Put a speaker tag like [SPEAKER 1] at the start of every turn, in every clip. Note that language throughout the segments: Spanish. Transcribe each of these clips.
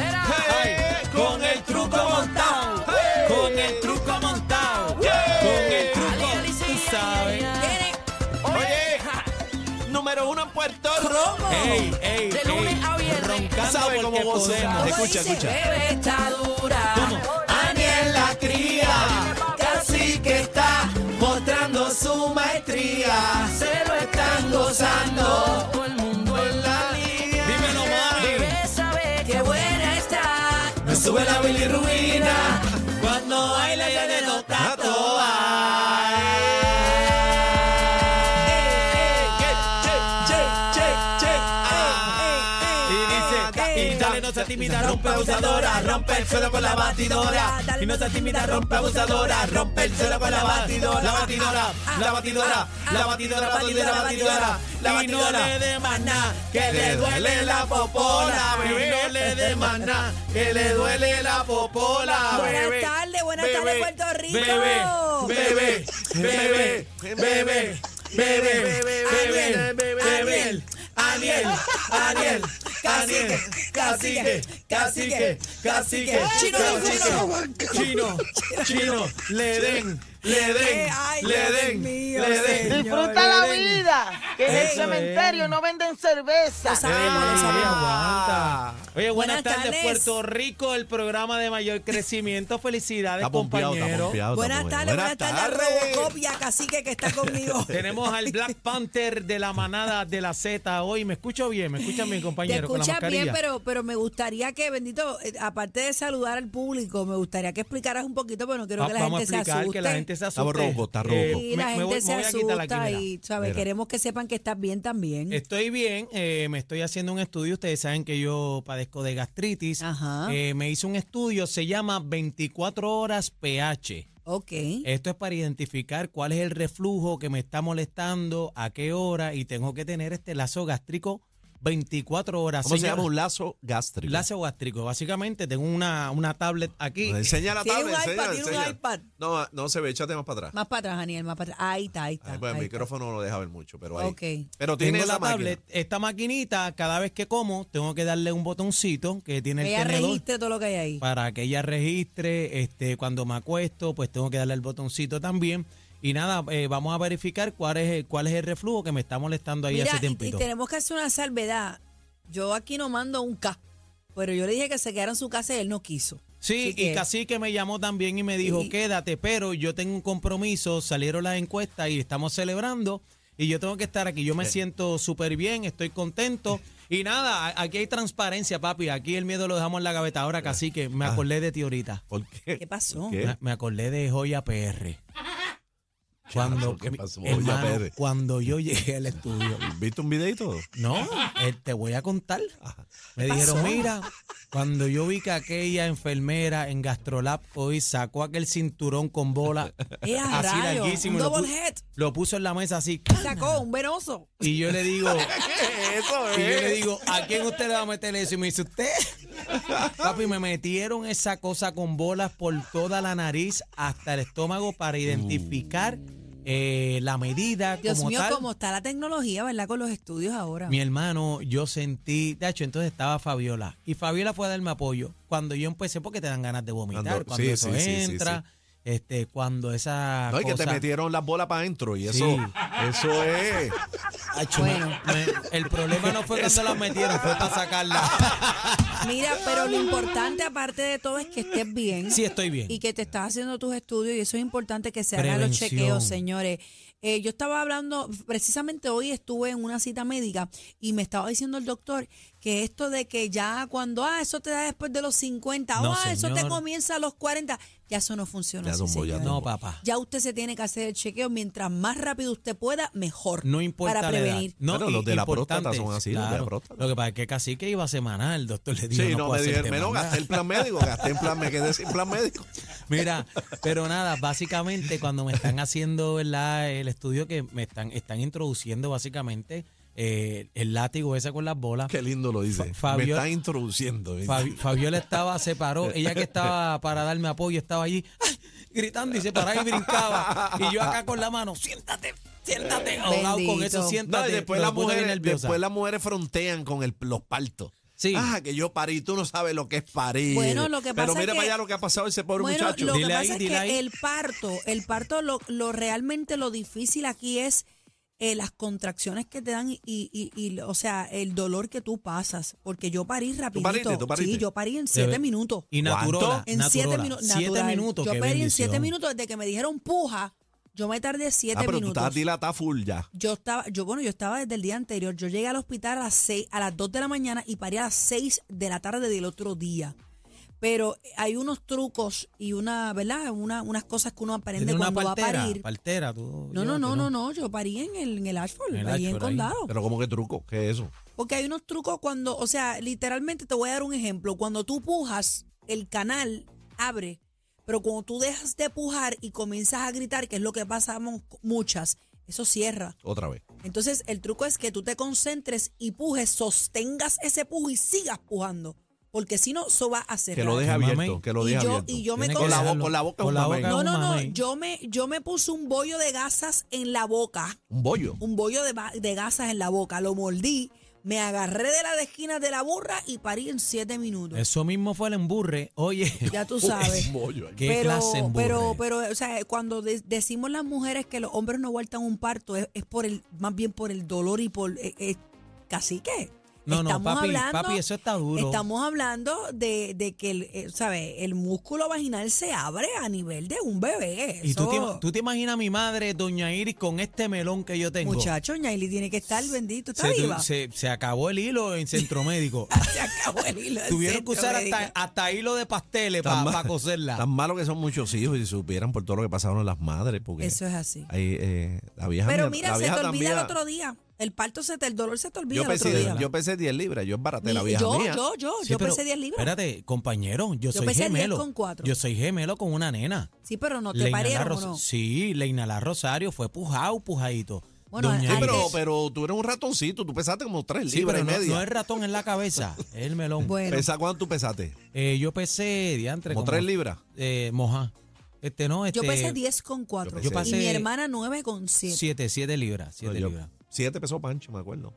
[SPEAKER 1] era.
[SPEAKER 2] Hey, con el truco montado, con el truco montado, con el truco, tú sabes.
[SPEAKER 3] Oye, número uno en Puerto
[SPEAKER 2] Ey,
[SPEAKER 3] Rico.
[SPEAKER 2] ey,
[SPEAKER 1] De
[SPEAKER 2] ey,
[SPEAKER 1] lunes a viernes.
[SPEAKER 2] roncando
[SPEAKER 3] Sabe
[SPEAKER 2] el
[SPEAKER 3] cómo
[SPEAKER 2] que
[SPEAKER 3] vocea.
[SPEAKER 2] podemos.
[SPEAKER 3] Escucha, escucha.
[SPEAKER 1] Bebé está dura.
[SPEAKER 2] ¿Cómo?
[SPEAKER 3] Aniel la cría, casi que está mostrando su maestría. Se lo están gozando
[SPEAKER 1] Todo el mundo
[SPEAKER 3] por
[SPEAKER 1] en la
[SPEAKER 3] la línea.
[SPEAKER 2] Dímelo, Mari.
[SPEAKER 1] Bebé sabe que buena está.
[SPEAKER 3] Me sube la bilirrubina cuando baila ya le nota toa.
[SPEAKER 2] Y dice, y dale, no seas tímida, rompe abusadora, rompe el suelo con la batidora. Y no seas tímida, rompe abusadora, rompe el suelo con la batidora. La batidora, la batidora, la batidora, batidora, batidora. La batidora. Y no le dé más nada, que le duele la popola, bebé. Y no le dé más nada, que le duele la popola, bebé.
[SPEAKER 4] Buenas tardes, buenas tardes, Puerto Rico.
[SPEAKER 2] Bebé, bebé, bebé, bebé,
[SPEAKER 3] Aniel,
[SPEAKER 2] bebé, bebé, bebé,
[SPEAKER 3] Aniel, Aniel, Aniel, Aniel, cacique, cacique, cacique,
[SPEAKER 4] Eh, Chino,
[SPEAKER 2] chino, chino, chino, le den, le den,
[SPEAKER 4] Ay,
[SPEAKER 2] le
[SPEAKER 4] Dios
[SPEAKER 2] den,
[SPEAKER 4] mío,
[SPEAKER 2] le den.
[SPEAKER 4] señor.
[SPEAKER 5] Disfruta la
[SPEAKER 2] le den.
[SPEAKER 5] vida, que en el
[SPEAKER 2] Eso
[SPEAKER 5] cementerio
[SPEAKER 2] es.
[SPEAKER 5] no venden cerveza.
[SPEAKER 2] Ah,
[SPEAKER 3] Ah.
[SPEAKER 2] aguanta. Oye,
[SPEAKER 4] Buenas
[SPEAKER 2] buenas, tardes,
[SPEAKER 4] tardes.
[SPEAKER 2] Puerto Rico, el programa de mayor crecimiento. Felicidades,
[SPEAKER 3] Está pompeado, está
[SPEAKER 2] compañero.
[SPEAKER 3] pompeado.
[SPEAKER 4] Buenas
[SPEAKER 3] está
[SPEAKER 4] tardes, buenas tardes a
[SPEAKER 3] tardes.
[SPEAKER 4] Robocop y a Cacique que está conmigo.
[SPEAKER 2] Tenemos al Black Panther de la manada de la Z hoy. Me escucho bien, me escuchan bien,
[SPEAKER 4] Te
[SPEAKER 2] compañero, con la
[SPEAKER 4] escuchas
[SPEAKER 2] mascarilla.
[SPEAKER 4] bien, pero, pero me gustaría que, bendito, eh, aparte de saludar al público, me gustaría que explicaras un poquito, pero no quiero
[SPEAKER 2] Ah,
[SPEAKER 4] que la
[SPEAKER 2] vamos
[SPEAKER 4] gente
[SPEAKER 2] a
[SPEAKER 4] se
[SPEAKER 2] explicar
[SPEAKER 4] asuste.
[SPEAKER 2] que la gente se asuste.
[SPEAKER 3] Está ronco, está ronco.
[SPEAKER 2] Eh,
[SPEAKER 4] Sí, la
[SPEAKER 2] me-
[SPEAKER 4] gente
[SPEAKER 2] me voy-
[SPEAKER 4] se
[SPEAKER 2] me voy a quitar aquí,
[SPEAKER 4] asusta
[SPEAKER 2] mira.
[SPEAKER 4] y, ¿sabes?
[SPEAKER 3] Mira.
[SPEAKER 4] Queremos que sepan que estás bien también.
[SPEAKER 2] Estoy bien, eh, me estoy haciendo un estudio. Ustedes saben que yo padezco de gastritis.
[SPEAKER 4] Ajá.
[SPEAKER 2] Eh, me hice un estudio, se llama 24 horas pH.
[SPEAKER 4] ok.
[SPEAKER 2] Esto es para identificar cuál es el reflujo que me está molestando, a qué hora, y tengo que tener este lazo gástrico 24 horas.
[SPEAKER 3] ¿Cómo se
[SPEAKER 2] Señora,
[SPEAKER 3] llama un lazo Pues gástrico?
[SPEAKER 2] Lazo gástrico. Básicamente tengo una, una tablet aquí.
[SPEAKER 3] Enseña la
[SPEAKER 4] Tiene
[SPEAKER 3] tablet,
[SPEAKER 4] un iPad,
[SPEAKER 3] enseña,
[SPEAKER 4] tiene un
[SPEAKER 3] enseña.
[SPEAKER 4] iPad.
[SPEAKER 3] No, no se ve, échate más para atrás.
[SPEAKER 4] Más para atrás, Daniel, más para atrás. Ahí está, ahí está.
[SPEAKER 3] Ay, pues el
[SPEAKER 4] ahí está.
[SPEAKER 3] micrófono no lo deja ver mucho, pero ahí.
[SPEAKER 4] Ok.
[SPEAKER 3] Pero tiene
[SPEAKER 2] Tengo
[SPEAKER 3] esa
[SPEAKER 2] la
[SPEAKER 3] máquina.
[SPEAKER 2] tablet, esta maquinita, cada vez que como, tengo que darle un botoncito que tiene
[SPEAKER 4] Ella
[SPEAKER 2] el tenedor.
[SPEAKER 4] registre todo lo que hay ahí.
[SPEAKER 2] para que ella registre. Este, cuando me acuesto, pues tengo que darle el botoncito también. Y nada, eh, vamos a verificar cuál es, el- cuál es el reflujo que me está molestando ahí
[SPEAKER 4] Mira, y-
[SPEAKER 2] hace
[SPEAKER 4] y,
[SPEAKER 2] tiempito.
[SPEAKER 4] tenemos que hacer una salvedad. Yo aquí no mando un K, pero yo le dije que se quedara en su casa y él no quiso.
[SPEAKER 2] Sí,
[SPEAKER 4] Así
[SPEAKER 2] y
[SPEAKER 4] que-
[SPEAKER 2] casi que me llamó también y me dijo,
[SPEAKER 4] Y-
[SPEAKER 2] quédate, pero yo tengo un compromiso, salieron las encuestas y estamos celebrando y yo tengo que estar aquí. Yo me siento súper bien, estoy contento. Y nada, a- aquí hay transparencia, papi. Aquí el miedo lo dejamos en la gaveta. Ahora, casi que me acordé de ti ahorita.
[SPEAKER 3] ¿Por qué?
[SPEAKER 4] ¿Qué pasó?
[SPEAKER 3] Ah. ¿Qué?
[SPEAKER 2] Me- Me acordé de Joya PR. Cuando,
[SPEAKER 3] ¿Qué pasó, Joya
[SPEAKER 2] hermano,
[SPEAKER 3] PR?
[SPEAKER 2] cuando yo llegué al estudio,
[SPEAKER 3] ¿Viste un videito?
[SPEAKER 2] no, eh, te voy a contar. Me dijeron, mira, cuando yo vi que aquella enfermera en Gastrolab hoy sacó aquel cinturón con bola
[SPEAKER 4] Eh, a
[SPEAKER 2] así
[SPEAKER 4] rayos, un
[SPEAKER 2] larguísimo, y lo,
[SPEAKER 4] double
[SPEAKER 2] pu-
[SPEAKER 4] head.
[SPEAKER 2] lo puso en la mesa así,
[SPEAKER 4] Sacó un venoso.
[SPEAKER 2] y yo le digo,
[SPEAKER 3] Eso
[SPEAKER 2] y yo le digo, ¿a quién usted le va a meter eso? Y me dice, ¿usted? Papi, me metieron esa cosa con bolas por toda la nariz hasta el estómago para identificar eh, la medida
[SPEAKER 4] Uh. Dios
[SPEAKER 2] como
[SPEAKER 4] mío,
[SPEAKER 2] tal.
[SPEAKER 4] cómo está la tecnología, ¿verdad? Con los estudios ahora.
[SPEAKER 2] Mi hermano, yo sentí, de hecho, entonces estaba Fabiola. Y Fabiola fue a darme apoyo cuando yo empecé, porque te dan ganas de vomitar
[SPEAKER 3] Ando-
[SPEAKER 2] cuando
[SPEAKER 3] sí,
[SPEAKER 2] eso
[SPEAKER 3] sí, sí, sí,
[SPEAKER 2] entra. Este, cuando esa.
[SPEAKER 3] No, y que te
[SPEAKER 2] cosa-
[SPEAKER 3] metieron las bolas para adentro y eso,
[SPEAKER 2] Sí.
[SPEAKER 3] eso es.
[SPEAKER 4] Ah,
[SPEAKER 2] Bueno, me- el problema no fue cuando las metieron, fue para sacarla.
[SPEAKER 4] Mira, pero lo importante aparte de todo es que estés bien.
[SPEAKER 2] Sí, estoy bien.
[SPEAKER 4] Y que te estás haciendo tus estudios y eso es importante que se hagan los
[SPEAKER 2] Prevención.
[SPEAKER 4] chequeos, señores. Eh, yo estaba hablando, precisamente hoy estuve en una cita médica y me estaba diciendo el doctor que esto de que ya cuando, ah, eso te da después de los 50,
[SPEAKER 2] No,
[SPEAKER 4] ah, eso te
[SPEAKER 2] señor.
[SPEAKER 4] comienza a los 40, ya eso no funciona.
[SPEAKER 3] Ya
[SPEAKER 4] así,
[SPEAKER 3] tumbó, ya
[SPEAKER 4] señores.
[SPEAKER 2] No, papá.
[SPEAKER 4] Ya usted se tiene que hacer el chequeo. Mientras más rápido usted pueda, mejor.
[SPEAKER 2] No importa
[SPEAKER 4] Para
[SPEAKER 2] la edad.
[SPEAKER 4] prevenir.
[SPEAKER 2] No,
[SPEAKER 3] Bueno, los de la próstata
[SPEAKER 2] importante,
[SPEAKER 3] son así, los de la próstata.
[SPEAKER 2] Lo que pasa es que casi que iba semanal, el doctor le dijo.
[SPEAKER 3] Sí, no,
[SPEAKER 2] puedo este
[SPEAKER 3] me dijeron,
[SPEAKER 2] hacerte
[SPEAKER 3] "Me, no,
[SPEAKER 2] más
[SPEAKER 3] gasté el plan médico, gasté en plan, me quedé sin plan médico.
[SPEAKER 2] Mira, pero nada, básicamente cuando me están haciendo ¿verdad? el estudio que me están, están introduciendo básicamente eh, el látigo ese con las bolas.
[SPEAKER 3] Qué lindo lo dice.
[SPEAKER 2] Fa- Fabio-
[SPEAKER 3] me está introduciendo. ¿viste?
[SPEAKER 2] Fabi- Fabiola estaba, se paró, ella que estaba para darme apoyo, estaba allí ¡ay! gritando y se paraba y brincaba. Y yo acá con la mano, siéntate, siéntate, ahogado con eso,
[SPEAKER 4] Bendito.
[SPEAKER 2] siéntate.
[SPEAKER 3] No, y después
[SPEAKER 2] Me
[SPEAKER 3] las
[SPEAKER 2] puse bien
[SPEAKER 3] mujeres,
[SPEAKER 2] nerviosa.
[SPEAKER 3] después las mujeres frontean con el- los partos.
[SPEAKER 2] Sí.
[SPEAKER 3] Ah, que yo parí, tú no sabes lo que es parir.
[SPEAKER 4] Bueno, lo que
[SPEAKER 3] Pero
[SPEAKER 4] pasa
[SPEAKER 3] mira
[SPEAKER 4] que-
[SPEAKER 3] para allá lo que ha pasado ese pobre
[SPEAKER 4] bueno,
[SPEAKER 3] muchacho.
[SPEAKER 4] lo que
[SPEAKER 2] Dile ahí,
[SPEAKER 4] pasa es
[SPEAKER 2] dile
[SPEAKER 4] que
[SPEAKER 2] ahí.
[SPEAKER 4] el parto, el parto, lo, lo realmente lo difícil aquí es eh, las contracciones que te dan y, y- y- o sea, el dolor que tú pasas. Porque yo parí rapidito.
[SPEAKER 3] pariste, tú pariste.
[SPEAKER 4] Sí, yo parí en siete
[SPEAKER 2] Debe-
[SPEAKER 4] minutos.
[SPEAKER 2] Y naturola,
[SPEAKER 4] en siete,
[SPEAKER 2] naturola.
[SPEAKER 4] minu-
[SPEAKER 2] Siete
[SPEAKER 4] natural.
[SPEAKER 2] minutos.
[SPEAKER 4] Yo
[SPEAKER 2] qué
[SPEAKER 4] parí en siete
[SPEAKER 2] bendición.
[SPEAKER 4] minutos desde que me dijeron puja. Yo me tardé siete
[SPEAKER 3] ah, pero tú
[SPEAKER 4] minutos.
[SPEAKER 3] estás dilatada full ya.
[SPEAKER 4] Yo estaba, yo bueno, yo estaba desde el día anterior. Yo llegué al hospital a las seis, a las 2 de la mañana y paré a las 6 de la tarde del otro día. Pero hay unos trucos y una, ¿verdad? Una, unas cosas que uno aprende
[SPEAKER 2] Tiene una
[SPEAKER 4] cuando
[SPEAKER 2] partera,
[SPEAKER 4] va a parir.
[SPEAKER 2] partera, tú.
[SPEAKER 4] No, no, no,
[SPEAKER 2] llévatelo.
[SPEAKER 4] no, no, yo parí en el, en el Ashford,
[SPEAKER 2] En el
[SPEAKER 4] ahí en
[SPEAKER 2] Ashford, ahí.
[SPEAKER 4] Condado.
[SPEAKER 3] Pero como que truco, ¿qué es eso?
[SPEAKER 4] Porque hay unos trucos cuando, o sea, literalmente te voy a dar un ejemplo. Cuando tú pujas, el canal abre, pero cuando tú dejas de pujar y comienzas a gritar, que es lo que pasamos muchas, eso cierra.
[SPEAKER 3] Otra vez.
[SPEAKER 4] Entonces, el truco es que tú te concentres y pujes, sostengas ese pujo y sigas pujando. Porque si no, eso va a cerrar.
[SPEAKER 3] Que lo deje
[SPEAKER 2] Mami.
[SPEAKER 3] abierto, que lo
[SPEAKER 4] Y
[SPEAKER 3] deje
[SPEAKER 4] yo-
[SPEAKER 3] abierto.
[SPEAKER 4] y yo me
[SPEAKER 2] Tiene que
[SPEAKER 3] con, la boca,
[SPEAKER 2] dejarlo.
[SPEAKER 3] con la boca,
[SPEAKER 2] Con
[SPEAKER 3] un
[SPEAKER 2] la
[SPEAKER 3] mamey.
[SPEAKER 2] boca,
[SPEAKER 4] No,
[SPEAKER 2] un
[SPEAKER 4] no, no.
[SPEAKER 2] mamey.
[SPEAKER 4] Yo me, yo me puse un bollo de gasas en la boca.
[SPEAKER 3] un bollo.
[SPEAKER 4] Un bollo de, ba- de gasas en la boca. Lo mordí, me agarré de las esquinas de la burra y parí en siete minutos.
[SPEAKER 2] Eso mismo fue el emburre. Oye,
[SPEAKER 4] Ya tú sabes.
[SPEAKER 3] Un bollo. ahí.
[SPEAKER 2] qué
[SPEAKER 4] pero,
[SPEAKER 2] clase de emburre.
[SPEAKER 4] pero, pero, o sea, cuando de- decimos las mujeres que los hombres no vueltan un parto, es, es por el, más bien por el dolor y por eh, eh, casi que.
[SPEAKER 2] no, no, papi, papi, eso está duro.
[SPEAKER 4] Estamos hablando de, de que el, eh, ¿sabes? el músculo vaginal se abre a nivel de un bebé.
[SPEAKER 2] y tú te,
[SPEAKER 4] Eso-
[SPEAKER 2] tú te imaginas a mi madre, doña Iris, con este melón que yo tengo.
[SPEAKER 4] Muchacho, Ñaili tiene que estar bendito. Está
[SPEAKER 2] se, tu-
[SPEAKER 4] viva. Se,
[SPEAKER 2] se- se acabó el hilo en centro médico.
[SPEAKER 4] acabó el hilo. del
[SPEAKER 2] Tuvieron que
[SPEAKER 4] centro
[SPEAKER 2] usar
[SPEAKER 4] médico.
[SPEAKER 2] hasta, hasta hilo de pasteles
[SPEAKER 3] Tan
[SPEAKER 2] para
[SPEAKER 3] ma-
[SPEAKER 2] coserla.
[SPEAKER 3] Tan malo que son muchos hijos y supieran por todo lo que pasaron las madres. Porque
[SPEAKER 4] Eso es así.
[SPEAKER 3] ahí, eh, la vieja mía-
[SPEAKER 4] Pero mira,
[SPEAKER 3] la
[SPEAKER 4] se te
[SPEAKER 3] vieja
[SPEAKER 4] olvida el
[SPEAKER 3] también-
[SPEAKER 4] otro día. El parto se te, el dolor se te olvida
[SPEAKER 3] Yo
[SPEAKER 4] el otro
[SPEAKER 3] pesé,
[SPEAKER 4] día.
[SPEAKER 3] yo pesé 10 libras, yo embarazé la
[SPEAKER 4] Mi-
[SPEAKER 3] vieja
[SPEAKER 4] yo,
[SPEAKER 3] mía.
[SPEAKER 4] yo, yo,
[SPEAKER 2] Sí,
[SPEAKER 4] yo
[SPEAKER 2] pero,
[SPEAKER 4] pesé 10 libras.
[SPEAKER 2] Espérate, compañero, yo,
[SPEAKER 4] Yo
[SPEAKER 2] soy
[SPEAKER 4] pesé 10
[SPEAKER 2] gemelo.
[SPEAKER 4] con cuatro.
[SPEAKER 2] Yo soy gemelo con una nena.
[SPEAKER 4] Sí, pero no te
[SPEAKER 2] Leinalá
[SPEAKER 4] parieron, ¿o
[SPEAKER 2] Ros-
[SPEAKER 4] ¿no?
[SPEAKER 2] Sí, Leinalá Rosario fue pujado, pujadito.
[SPEAKER 4] Bueno,
[SPEAKER 2] Doña
[SPEAKER 3] Sí,
[SPEAKER 4] antes-
[SPEAKER 3] pero,
[SPEAKER 2] Iris.
[SPEAKER 3] pero tú eres un ratoncito, tú pesaste como 3
[SPEAKER 2] Sí,
[SPEAKER 3] libras
[SPEAKER 2] pero
[SPEAKER 3] y
[SPEAKER 2] no,
[SPEAKER 3] media.
[SPEAKER 2] no es ratón en la cabeza, es el melón.
[SPEAKER 4] Bueno,
[SPEAKER 3] ¿Pesa cuánto tú pesaste?
[SPEAKER 2] Eh, yo pesé, diantre.
[SPEAKER 3] ¿Como 3 libras?
[SPEAKER 2] Eh, moja. Este no, este.
[SPEAKER 4] yo pesé 10 con 4.
[SPEAKER 3] yo
[SPEAKER 4] Y
[SPEAKER 2] pasé-
[SPEAKER 4] mi hermana 9 con 7.
[SPEAKER 2] 7, 7 libras, 7 libras.
[SPEAKER 3] 7 pesó Pancho, me acuerdo.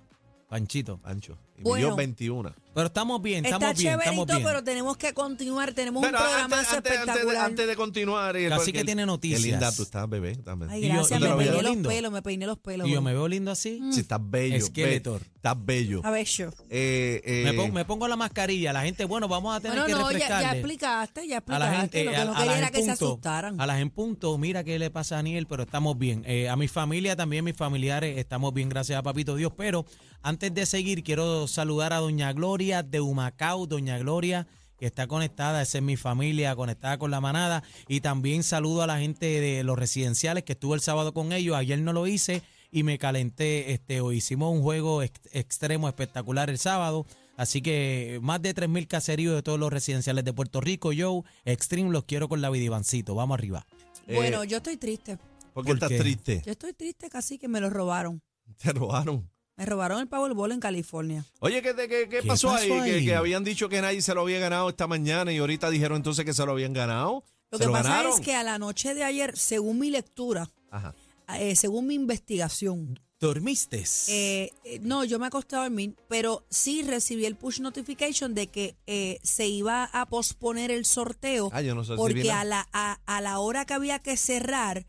[SPEAKER 2] Panchito.
[SPEAKER 3] Pancho. Y
[SPEAKER 4] Bueno.
[SPEAKER 3] yo 21.
[SPEAKER 2] Pero estamos bien,
[SPEAKER 4] Está
[SPEAKER 2] estamos bien, estamos
[SPEAKER 4] chéverito,
[SPEAKER 2] bien.
[SPEAKER 4] pero tenemos que continuar. Tenemos
[SPEAKER 3] Pero
[SPEAKER 4] un programa
[SPEAKER 3] antes de,
[SPEAKER 4] espectacular.
[SPEAKER 3] antes de continuar. y el-
[SPEAKER 2] Casi que
[SPEAKER 3] el-
[SPEAKER 2] tiene noticias.
[SPEAKER 3] Qué linda tú estás, bebé. también.
[SPEAKER 4] Ay,
[SPEAKER 2] Y yo-
[SPEAKER 4] gracias,
[SPEAKER 2] y yo
[SPEAKER 4] me
[SPEAKER 2] lo veo
[SPEAKER 4] peiné los
[SPEAKER 2] lindo.
[SPEAKER 4] pelos, me peiné los pelos.
[SPEAKER 2] Y yo
[SPEAKER 4] hoy.
[SPEAKER 2] me veo lindo así.
[SPEAKER 3] Sí, estás bello.
[SPEAKER 2] Esqueletor.
[SPEAKER 3] be- estás bello.
[SPEAKER 4] A ver, yo.
[SPEAKER 3] Eh, eh,
[SPEAKER 2] Me, pon- me pongo la mascarilla. La gente, bueno, vamos a tener
[SPEAKER 4] Bueno,
[SPEAKER 2] que
[SPEAKER 4] no, ya, ya
[SPEAKER 2] refrescarle.
[SPEAKER 4] explicaste, ya
[SPEAKER 2] a
[SPEAKER 4] explicaste.
[SPEAKER 2] la gente,
[SPEAKER 4] lo que
[SPEAKER 2] a,
[SPEAKER 4] no
[SPEAKER 2] a
[SPEAKER 4] quería
[SPEAKER 2] las
[SPEAKER 4] era
[SPEAKER 2] en
[SPEAKER 4] que se
[SPEAKER 2] punto,
[SPEAKER 4] asustaran.
[SPEAKER 2] a las en punto, mira qué le pasa a Aniel, pero estamos bien. Eh, a mi familia también, mis familiares, estamos bien, gracias a Papito Dios. Pero antes de seguir, quiero saludar a Doña Gloria de Humacao, Doña Gloria, que está conectada, esa es mi familia, conectada con la manada. Y también saludo a la gente de los residenciales, que estuve el sábado con ellos, ayer no lo hice y me calenté. Este, hoy hicimos un juego ex- extremo espectacular el sábado. Así que más de 3.000 caseríos de todos los residenciales de Puerto Rico, yo, Extreme, los quiero con la vidivancito. Vamos arriba.
[SPEAKER 3] eh,
[SPEAKER 4] bueno, yo estoy triste.
[SPEAKER 3] ¿Por qué
[SPEAKER 2] ¿por
[SPEAKER 3] estás
[SPEAKER 2] qué?
[SPEAKER 3] triste?
[SPEAKER 4] Yo estoy triste casi que me lo robaron.
[SPEAKER 3] Te robaron.
[SPEAKER 4] Me robaron el Powerball en California.
[SPEAKER 3] Oye, ¿qué, te- qué, qué
[SPEAKER 2] ¿Qué
[SPEAKER 3] pasó,
[SPEAKER 2] pasó
[SPEAKER 3] ahí? Que-
[SPEAKER 2] ahí?
[SPEAKER 3] Que, habían dicho que nadie se lo había ganado esta mañana y ahorita dijeron entonces que se lo habían ganado.
[SPEAKER 4] Lo
[SPEAKER 3] ¿Se
[SPEAKER 4] que
[SPEAKER 3] lo
[SPEAKER 4] pasa
[SPEAKER 3] ganaron?
[SPEAKER 4] es que a la noche de ayer, según mi lectura,
[SPEAKER 3] Ajá.
[SPEAKER 4] eh, según mi investigación,
[SPEAKER 2] ¿Dormiste?
[SPEAKER 4] Eh, eh, no, yo me acosté a dormir, pero sí recibí el push notification de que eh, se iba a posponer el sorteo
[SPEAKER 3] Ah, yo no sé
[SPEAKER 4] porque a la, a, a la hora que había que cerrar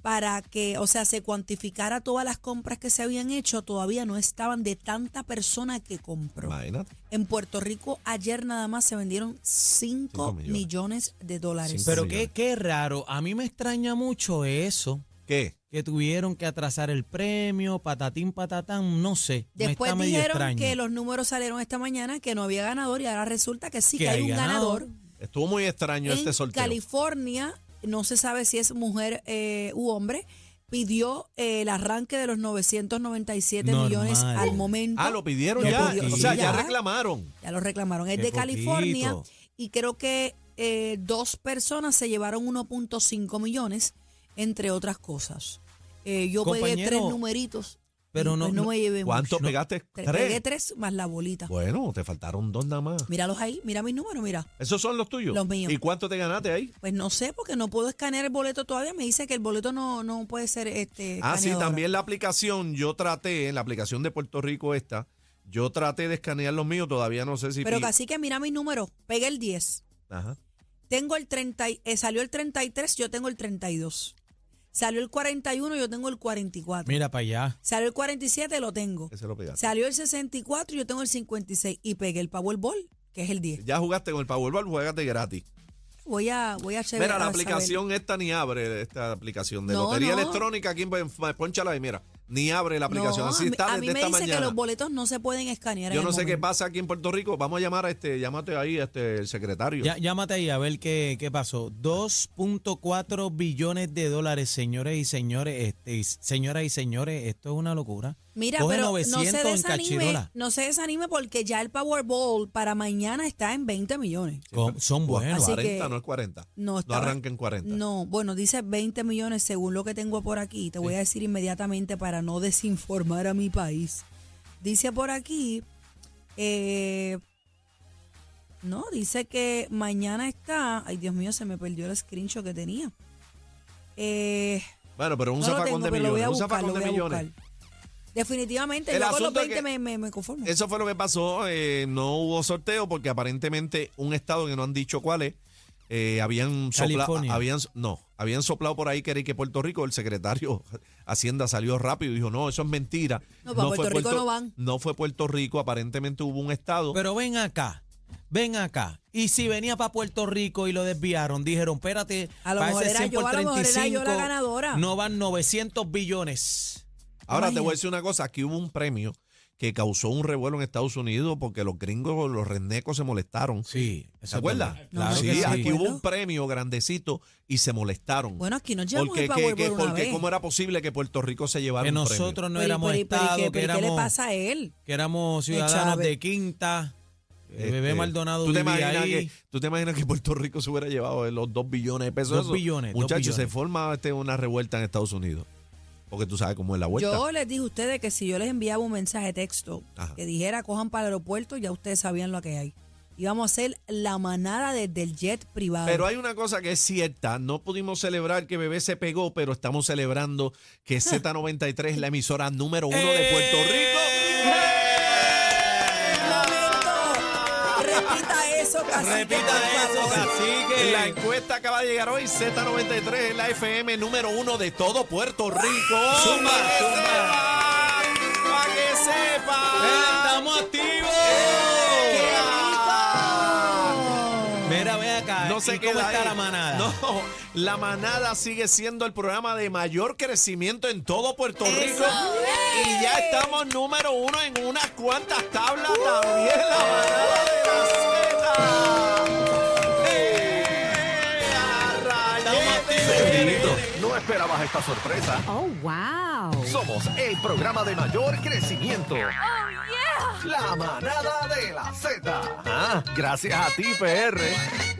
[SPEAKER 4] para que, o sea, se cuantificara todas las compras que se habían hecho, todavía no estaban de tanta persona que compró.
[SPEAKER 3] Imagínate.
[SPEAKER 4] En Puerto Rico ayer nada más se vendieron 5
[SPEAKER 3] Cinco
[SPEAKER 4] millones.
[SPEAKER 3] millones.
[SPEAKER 4] de dólares.
[SPEAKER 3] Cinco
[SPEAKER 2] Pero
[SPEAKER 3] millones.
[SPEAKER 2] qué, qué raro. A mí me extraña mucho eso.
[SPEAKER 3] ¿Qué?
[SPEAKER 2] Que tuvieron que atrasar el premio, patatín, patatán, no sé. me
[SPEAKER 4] Después
[SPEAKER 2] está medio
[SPEAKER 4] dijeron
[SPEAKER 2] extraño.
[SPEAKER 4] que los números salieron esta mañana, que no había ganador y ahora resulta que sí, que
[SPEAKER 2] Que
[SPEAKER 4] hay
[SPEAKER 2] hay
[SPEAKER 4] un
[SPEAKER 2] ganador.
[SPEAKER 4] ganador.
[SPEAKER 3] Estuvo muy extraño este
[SPEAKER 4] en
[SPEAKER 3] sorteo.
[SPEAKER 4] California, no se sabe si es mujer eh, u hombre, pidió eh, el arranque de los 997 millones
[SPEAKER 2] Normal.
[SPEAKER 4] al momento.
[SPEAKER 3] Ah, lo pidieron
[SPEAKER 4] Lo
[SPEAKER 3] ya.
[SPEAKER 4] pidió,
[SPEAKER 3] o sea,
[SPEAKER 4] sí,
[SPEAKER 3] ya
[SPEAKER 4] ya.
[SPEAKER 3] reclamaron.
[SPEAKER 4] Ya lo reclamaron. Es
[SPEAKER 2] Qué
[SPEAKER 4] de California
[SPEAKER 2] poquito.
[SPEAKER 4] y creo que eh, dos personas se llevaron 1.5 millones, entre otras cosas. Eh, yo pegué
[SPEAKER 2] Compañero,
[SPEAKER 4] tres numeritos.
[SPEAKER 2] pero
[SPEAKER 4] y,
[SPEAKER 2] no-
[SPEAKER 4] pues, no,
[SPEAKER 2] no-
[SPEAKER 4] me llevé
[SPEAKER 3] ¿Cuánto
[SPEAKER 4] mucho.
[SPEAKER 3] pegaste?
[SPEAKER 4] Te-
[SPEAKER 3] Tres.
[SPEAKER 4] Pegué tres más la bolita.
[SPEAKER 3] Bueno, te faltaron dos nada más.
[SPEAKER 4] Míralos ahí, mira mis números, mira.
[SPEAKER 3] ¿Esos son los tuyos?
[SPEAKER 4] Los míos.
[SPEAKER 3] ¿Y cuánto te ganaste ahí?
[SPEAKER 4] Pues no sé, porque no puedo escanear el boleto todavía. Me dice que el boleto no, no puede ser este.
[SPEAKER 3] Ah, sí,
[SPEAKER 4] escaneado
[SPEAKER 3] también la aplicación, yo traté, en la aplicación de Puerto Rico esta, yo traté de escanear los míos, todavía no sé si...
[SPEAKER 4] ahora. Pero
[SPEAKER 3] pi-
[SPEAKER 4] casi que mira mis números. Pegué el 10.
[SPEAKER 3] Ajá.
[SPEAKER 4] Tengo el 30, y- eh, salió el 33, yo tengo el 32. Salió el 41, yo tengo el 44.
[SPEAKER 2] Mira para allá.
[SPEAKER 4] Salió el 47, lo tengo.
[SPEAKER 3] Ese lo pegaste.
[SPEAKER 4] Salió el 64, yo tengo el 56. Y pegué el Powerball, que es el 10.
[SPEAKER 3] Ya jugaste con el Powerball, juégate gratis.
[SPEAKER 4] Voy a, voy a chever-
[SPEAKER 3] Mira, la
[SPEAKER 4] a saber.
[SPEAKER 3] aplicación esta ni abre, esta aplicación de
[SPEAKER 4] No,
[SPEAKER 3] lotería
[SPEAKER 4] no.
[SPEAKER 3] electrónica, aquí ponchala y mira, ni abre la aplicación,
[SPEAKER 4] No,
[SPEAKER 3] así
[SPEAKER 4] a mí-
[SPEAKER 3] está
[SPEAKER 4] a mí
[SPEAKER 3] desde
[SPEAKER 4] me
[SPEAKER 3] esta
[SPEAKER 4] dice que
[SPEAKER 3] mañana.
[SPEAKER 4] los boletos no se pueden escanear.
[SPEAKER 3] Yo
[SPEAKER 4] en
[SPEAKER 3] no
[SPEAKER 4] el
[SPEAKER 3] sé qué
[SPEAKER 4] momento.
[SPEAKER 3] pasa aquí en Puerto Rico, vamos a llamar a este, llámate ahí, este, el secretario.
[SPEAKER 2] Ya, llámate ahí a ver qué, qué pasó. 2.4 billones de dólares, señores y señores, este, y- señoras y señores, esto es una locura.
[SPEAKER 4] Mira,
[SPEAKER 2] Coge
[SPEAKER 4] pero
[SPEAKER 2] 900
[SPEAKER 4] no se
[SPEAKER 2] en
[SPEAKER 4] desanime,
[SPEAKER 2] cachirola.
[SPEAKER 4] no se desanime porque ya el Powerball para mañana está en 20 millones.
[SPEAKER 2] Con- son buenos.
[SPEAKER 4] Así
[SPEAKER 3] 40,
[SPEAKER 4] que-
[SPEAKER 3] no es 40.
[SPEAKER 4] No, estaba-
[SPEAKER 3] arranca en 40.
[SPEAKER 4] No, bueno, dice 20 millones según lo que tengo por aquí. Te voy a decir inmediatamente para no desinformar a mi país. Dice por aquí, eh, no, dice que mañana está, ay Dios mío, se me perdió el screenshot que tenía. Eh,
[SPEAKER 3] Bueno, pero un
[SPEAKER 4] no lo
[SPEAKER 3] zafacón
[SPEAKER 4] tengo,
[SPEAKER 3] de
[SPEAKER 4] pero lo voy
[SPEAKER 3] millones,
[SPEAKER 4] a
[SPEAKER 3] un
[SPEAKER 4] buscar,
[SPEAKER 3] zafacón
[SPEAKER 4] lo
[SPEAKER 3] de
[SPEAKER 4] voy a
[SPEAKER 3] millones.
[SPEAKER 4] buscar. Definitivamente,
[SPEAKER 3] El
[SPEAKER 4] yo con los
[SPEAKER 3] asunto es
[SPEAKER 4] 20
[SPEAKER 3] que-
[SPEAKER 4] me, me- me conformo.
[SPEAKER 3] Eso fue lo que pasó. eh, no hubo sorteo porque aparentemente un estado que no han dicho cuál es. eh, habían soplado,
[SPEAKER 2] California.
[SPEAKER 3] habían, no, habían soplado por ahí que era y que Puerto Rico, el secretario Hacienda salió rápido y dijo, no, eso es mentira.
[SPEAKER 4] No, para Puerto Rico no van.
[SPEAKER 3] No fue Puerto Rico, aparentemente hubo un estado.
[SPEAKER 2] Pero ven acá, ven acá. Y si venía para Puerto Rico y lo desviaron, dijeron, espérate,
[SPEAKER 4] A lo
[SPEAKER 2] para
[SPEAKER 4] mejor
[SPEAKER 2] ese
[SPEAKER 4] era
[SPEAKER 2] 100
[SPEAKER 4] yo,
[SPEAKER 2] por
[SPEAKER 4] a lo mejor era yo la
[SPEAKER 2] 35,
[SPEAKER 4] ganadora.
[SPEAKER 2] No van 900 billones.
[SPEAKER 3] Ahora te voy a
[SPEAKER 4] imagínate.
[SPEAKER 3] decir una cosa, aquí hubo un premio que causó un revuelo en Estados Unidos porque los gringos, los renecos se molestaron.
[SPEAKER 2] Sí,
[SPEAKER 3] ¿Se acuerda?
[SPEAKER 4] Claro
[SPEAKER 3] sí,
[SPEAKER 4] que sí.
[SPEAKER 3] aquí hubo
[SPEAKER 4] Bueno.
[SPEAKER 3] un premio grandecito y se molestaron.
[SPEAKER 4] Bueno, aquí nos llevamos
[SPEAKER 3] Porque,
[SPEAKER 4] el
[SPEAKER 3] que-
[SPEAKER 4] Powerball
[SPEAKER 3] que-
[SPEAKER 4] una
[SPEAKER 3] porque
[SPEAKER 4] vez.
[SPEAKER 3] cómo era posible que Puerto Rico se llevara
[SPEAKER 2] Que
[SPEAKER 3] un premio?
[SPEAKER 2] nosotros no
[SPEAKER 4] Pero,
[SPEAKER 2] éramos
[SPEAKER 4] pero, pero, ¿y
[SPEAKER 2] Estado,
[SPEAKER 4] qué-
[SPEAKER 2] que
[SPEAKER 4] pero, ¿y qué le
[SPEAKER 2] éramos,
[SPEAKER 4] pasa a él?
[SPEAKER 2] que éramos ciudadanos
[SPEAKER 4] Chávez.
[SPEAKER 2] de quinta.
[SPEAKER 3] Este,
[SPEAKER 2] El Bebé Maldonado
[SPEAKER 3] ¿tú te,
[SPEAKER 2] vivía
[SPEAKER 3] imaginas
[SPEAKER 2] ahí.
[SPEAKER 3] que, ¿Tú te imaginas que Puerto Rico se hubiera llevado los dos billones de pesos?
[SPEAKER 2] Dos
[SPEAKER 3] Eso,
[SPEAKER 2] billones, dos
[SPEAKER 3] Muchachos, se
[SPEAKER 2] billones.
[SPEAKER 3] forma este, una revuelta en Estados Unidos. Porque tú sabes cómo es la vuelta.
[SPEAKER 4] Yo les dije a ustedes que si yo les enviaba un mensaje de texto
[SPEAKER 3] Ajá.
[SPEAKER 4] que dijera cojan para el aeropuerto, ya ustedes sabían lo que hay. Íbamos a hacer la manada desde el jet privado.
[SPEAKER 3] Pero hay una cosa que es cierta, no pudimos celebrar que Bebé se pegó, pero estamos celebrando que
[SPEAKER 2] Ah.
[SPEAKER 3] Z93 es la emisora número uno
[SPEAKER 2] Eh.
[SPEAKER 3] de Puerto
[SPEAKER 4] Un
[SPEAKER 3] Rico.
[SPEAKER 4] momento. Repita eso, cacique, por favor.
[SPEAKER 2] cacique.
[SPEAKER 3] La encuesta acaba de llegar hoy, Z93 es la FM número uno de todo Puerto Rico.
[SPEAKER 2] Zumba,
[SPEAKER 3] ¡Para que
[SPEAKER 2] zumba.
[SPEAKER 3] sepa! ¡Para que sepa! ¡Eh!
[SPEAKER 2] ¡Estamos activos! Mira, ve acá.
[SPEAKER 3] No
[SPEAKER 2] ¿y
[SPEAKER 3] se
[SPEAKER 2] cómo
[SPEAKER 3] queda
[SPEAKER 2] está
[SPEAKER 3] ahí.
[SPEAKER 2] la manada?
[SPEAKER 3] No, la manada sigue siendo el programa de mayor crecimiento en todo Puerto Rico. Y ya estamos número uno en unas cuantas tablas también. La manada de la Zeta. ¡Eh! ¡Arrayete!
[SPEAKER 6] No esperabas esta sorpresa.
[SPEAKER 7] Oh, wow. Oh,
[SPEAKER 6] Somos el programa de mayor crecimiento. La manada de la Z. Ah, gracias a ti, PR.